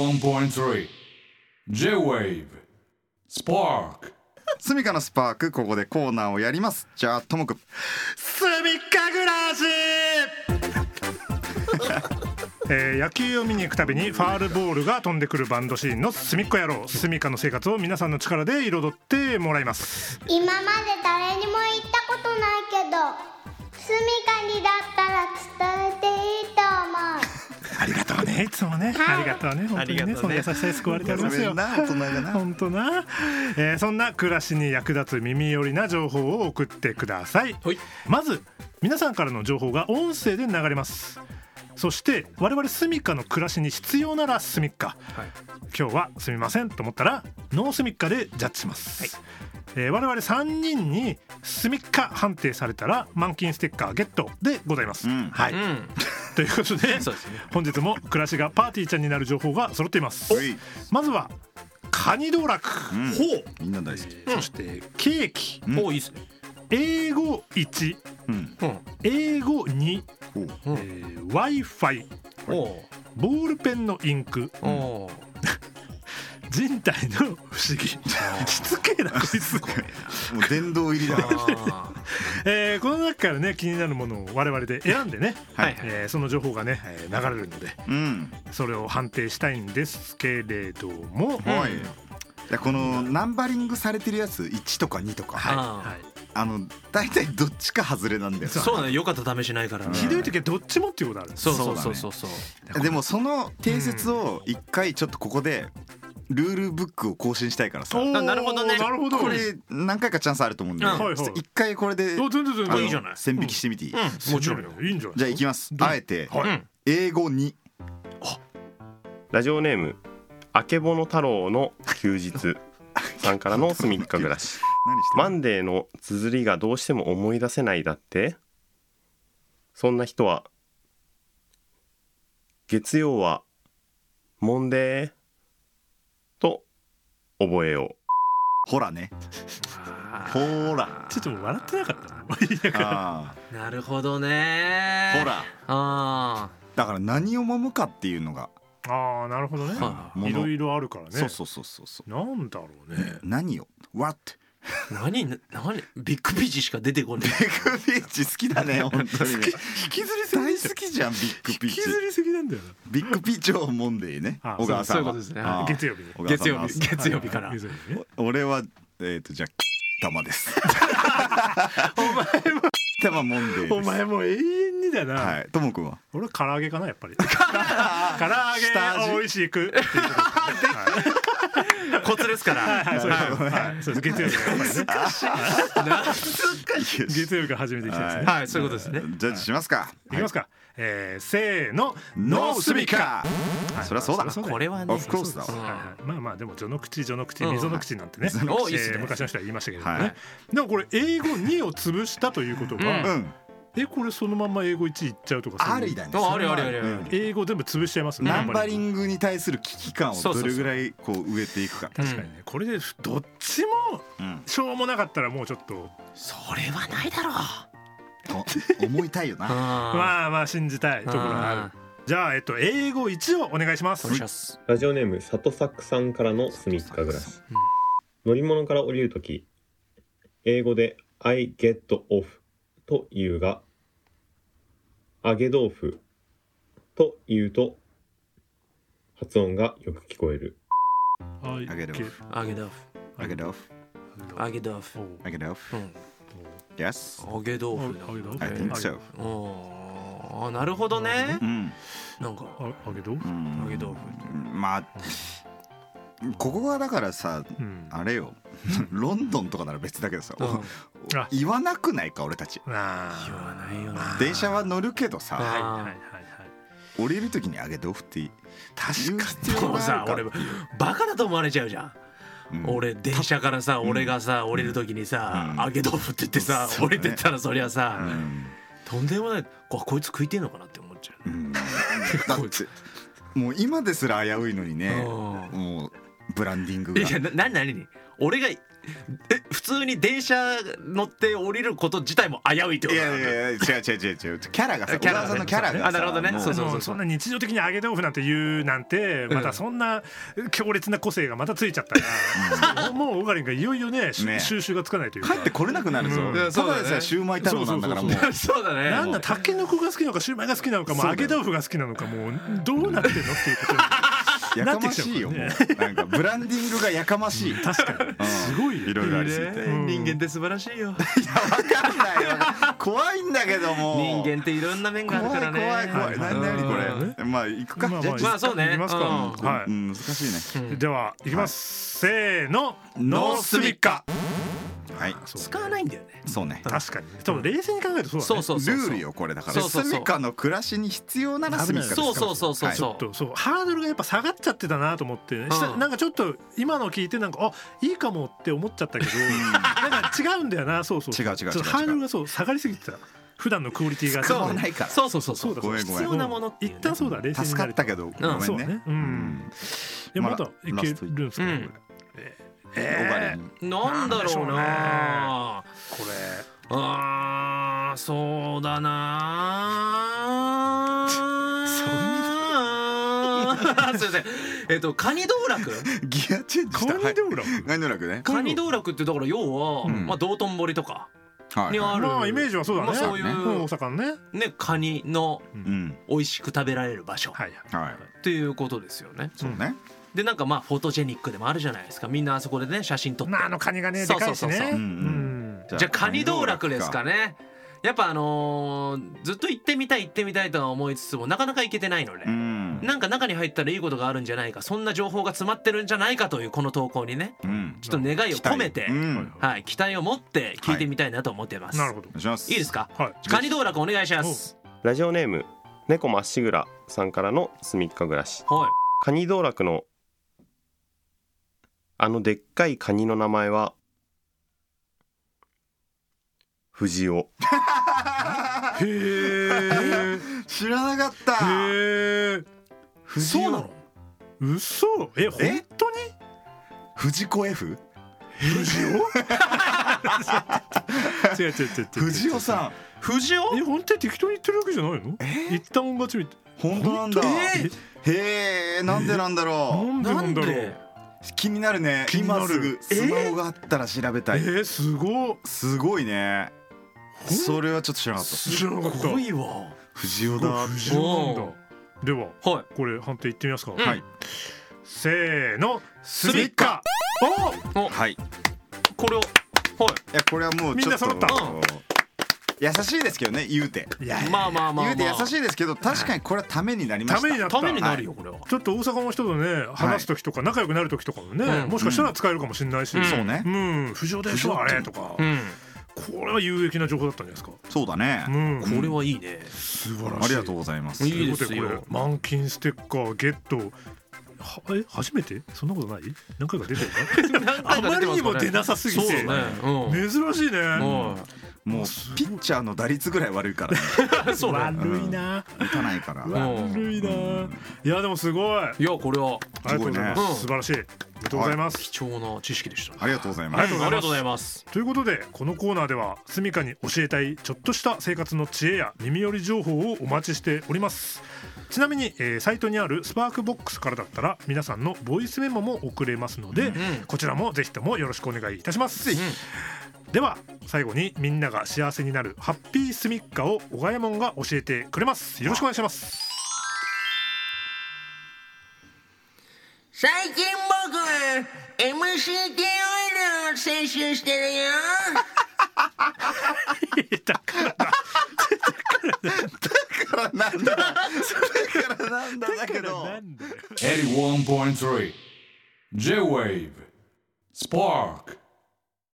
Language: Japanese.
81.3 J-Wave Spark スミカのスパークここでコーナーをやりますじゃあともくんスミカグラジえー野球を見に行くたびにファールボールが飛んでくるバンドシーンの隅っこ野郎スミカの生活を皆さんの力で彩ってもらいます今まで誰にも言ったことないけどスミカにだったら伝えていいと思うありがとうねいつもねありがとうね本当にあねりがとそんなうね優しさに救われておりますよな大人だ な本当な、えーそんな暮らしに役立つ耳寄りな情報を送ってくださいはいまず皆さんからの情報が音声で流れますそして我々スミカの暮らしに必要ならスミカ、今日はすみませんと思ったらノースミカでジャッジします、えー我々3人にスミカ判定されたら満金ステッカーゲットでございます、うんはい、うんということでそうですね本日も暮らしがパーティーちゃんになる情報が揃っていますおいまずはカニ道楽、んほうみんな大好きそしてケーキうんほういいっすね英語1うんうん英語2、おうえー、w i f i ほボールペンのインクうほ人体の不思議しつけえなこいつ、もう殿堂入りだ うあえーこの中からね気になるものを我々で選んでね、ーはいはいえーその情報がねえー流れるのでうんそれを判定したいんですけれども、おいいやこのナンバリングされてるやつ1とか2とか、あはいあの大体どっちか外れなんだよーそうだねよかった試しないからひどい時はどっちもっていうことあるんですそうそうそうそうそうでもその定説を一回ちょっとここでルールブックを更新したいからさおーなるほどねなるほどこれ何回かチャンスあると思うんでうんはいはいちょっと一回これでお全然全あの然いいじゃない線引きしてみていい、うんもちろんよいいんじゃないじゃあいきますどうあえてはいうん英語にラジオネームあけぼの太郎の休日さんからのすみっか暮らし何してマるンデーの綴りがどうしても思い出せないだってそんな人は月曜はモンデーと覚えよほらねあほーらちょっともう笑ってなかったないやあーなるほどねーほらあだから何をもむかっていうのがああなるほどねはいいろいろあるからねそうそうそうそうそうなんだろうね何を What ー何何ビッグピーチしか出てこないビッグ ピーチ好きだね 本当にね引きずり大好きじゃんビッグピー引チきずりすぎなんだよビッグピーチをもんでねあ小川さんはそうそういうことですねあなー月曜日に小川さ月ん曜は日月曜日からはい月曜日ね俺はえっとじゃあ玉です お前も玉もんでですお前もう永遠にだなはいともくんは俺は唐揚げかなやっぱり唐下味揚げを美味しくっていうことですねはいコツですからはいはいそうですはいそうです月曜日からやっぱりねよし月曜日から始めていきたいですねはいそういうことですねジャッジしますかいきますかえーせーのノースミカはいそりゃそうだそりゃこれはねオフコースだわそうそうはいはいまあまあでも序の口序の口溝の口なんてね、うんおいいっすねえー昔の人は言いましたけれどもね、はいでもこれ英語2を潰したということは、ううんえこれそのまんま英語1いっちゃうとかそういうありだねあそれはありありありありうん英語全部潰しちゃいますねナンバやっぱりリングに対する危機感をそうそどうそうれぐらいこう植えていくか確かにねこれでどっちもうんしょうもなかったらもうちょっとそれはないだろうと思いたいよ なあまあまあ信じたいところがあるじゃあえっと英語1をお願いしますお願いしますうラジオネームサトサクさんからのすみっか暮らし乗り物から降りるとき英語で I get off と言うが揚げ豆腐と言うと発音がよく聞こえるはいあげる OK 揚げ豆腐あげろ揚げ豆腐あげろうん、 Yes 揚げ豆腐だ揚げ豆腐 I think so おーなるほどねう、んなんかああげどううん揚げ豆腐まあここがだからさうんあれよロンドンとかなら別だけどさ、うんあ言わなくないか俺たち言あわないよな電車は乗るけどーさはいあーはいはいはい降りる時に揚げ豆腐って確かにもうさ俺バカだと思われちゃうじゃん、俺電車からさ俺がさ降りる時にさ、うん揚げ豆腐って言ってさ、そうだ降ねりてったらそりゃさ、うん、とんでもないここいつ食いてんのかなって思っちゃうん、だってもう今ですら危ういのにう、ねうんもうブランディングいがやな何何に俺がえ普通に電車乗って降りること自体も危ういってこいとやいやいや違う違う違うキャラがさキキャャララがねさんのキャラがさあなるほどねもそうそうもうそんな日常的に揚げ豆腐なんて言うなんてまたそんな強烈な個性がまたついちゃったから、もうオガリンがいよいよねしね収集がつかないというか帰ってこれなくなるぞ、んうんただそうでださねえシューマイ太郎なんだからもう そうだねなんだタケノコが好きなのかシューマイが好きなのかもうそう揚だげよ豆腐が好きなのかもうどうなってんのっていうことにやかましいよもうなんかブランディングがやかましい確かにすごいよいろいろありすぎねてうん人間って素晴らしいよ分かんないよ怖いんだけども人間っていろんな面がある怖かいらね怖い怖い何だよりこれまあ行くかまあじゃあまあまあそうねいきますうんか、はうん難しいねい、ではいきます、せーのノースミッカはい使わないんだよねそうね確かに多分冷静に考えるとそうだねそうそうそうルールよこれだかそらうそうスそうミカの暮らしに必要ならスミカですからそうそうそうそうはいそうとそうハードルがやっぱ下がっちゃってたなと思って、ねんしたなんかちょっと今の聞いてなんかあいいかもって思っちゃったけどなんか違うんだよなそうそう違う違う違う違うちょっとハードルがそう下がりすぎてた普段のクオリティが使わないからそうそうそうそうそうだごめんごめん必要なものっていうね一旦そうだ冷静に助なかれったけどごめそうんねねうん、いやまだいけるんですか、うねんオガリンなんだろうなこれあーそうだなそすいませんえっとカニ道楽ギアチェンジしたカニ道は楽いカニ道楽ねカニ道楽ってだから要は、うんまあ道頓堀とかはいにはある、まあイメージはそうだね、まあそういううん大阪のねねカニのうん美味しく食べられる場所、はいはいっていうことですよねそうねでなんかまあフォトジェニックでもあるじゃないですかみんなあそこでね写真撮ってまああのカニがねそでうそかいしうそうそうねうんうんじゃあカニ道楽ですかねねやっぱあのーずっと行ってみたい行ってみたいとは思いつつもなかなか行けてないので、うんなんか中に入ったらいいことがあるんじゃないかそんな情報が詰まってるんじゃないかというこの投稿にねうんちょっと願いを込めて、うんはい、期待を持って聞いてみたいなと思ってます、なるほどお願いしますいいですかはいカニ道楽お願いしますラジオネーム猫まっしぐらさんからのすみっか暮らしはいカニ道楽のあのでっかいカニの名前は藤尾へ知らなかったえへえそうなの嘘え本当に藤子 F 藤尾 違う違う違う違う藤尾さん藤尾え本当に適当に言ってるわけじゃないの言ったもん勝ちみたい本当なんだえへえなんでなんだろなんでなんだろうなんでう気になるね気になる今すぐスマホがあったら調べたえいー、すごっすごいねんそれはちょっと知らなかった知らなかったすごいわ藤尾だ藤尾なんおだでははいこれ判定いってみますか、はいせーのスミッカはいいこれをはいやこれはもうみんちょなっと揃った優しいですけどね言うていやまあまあまあ、ま言あ、うて優しいですけど確かにこれはためになりましたためになったためになるよこれは、ちょっと大阪の人とね話す時とか仲良くなる時とかもね、うんもしかしたら使えるかもしれないし、うんそうねうん不条でしょあれとか、うんこれは有益な情報だったんじゃないですか、そうだねうん、これはいいね素晴らしいありがとうございますいといいうでことすでこれよ満金ステッカーゲットはえ初めてそんなことない何回か出てるかあまりにも出なさすぎてそうだね うん珍しいね、ももうピッチャーの打率ぐらい悪いからねうそうだね悪いな打たないからうはん悪いな、いやでもすごいあいやこれはりがとうございますすごいね素晴らしいありがとうございます、貴重な知識でしたねありがとうございうんあ まりすがとうございますということでこのコーナーでは住みかに教えたいちょっとした生活の知恵や耳寄り情報をお待ちしておりますちなみに、えーサイトにあるスパークボックスからだったら皆さんのボイスメモも送れますので、こちらもぜひともよろしくお願いいたします、では最後にみんなが幸せになるハッピースミッカを小川もんが教えてくれますよろしくお願いします最近僕 MCT オイルを摂取してるよなんだだからなんだだけど81.3 J-Wave Spark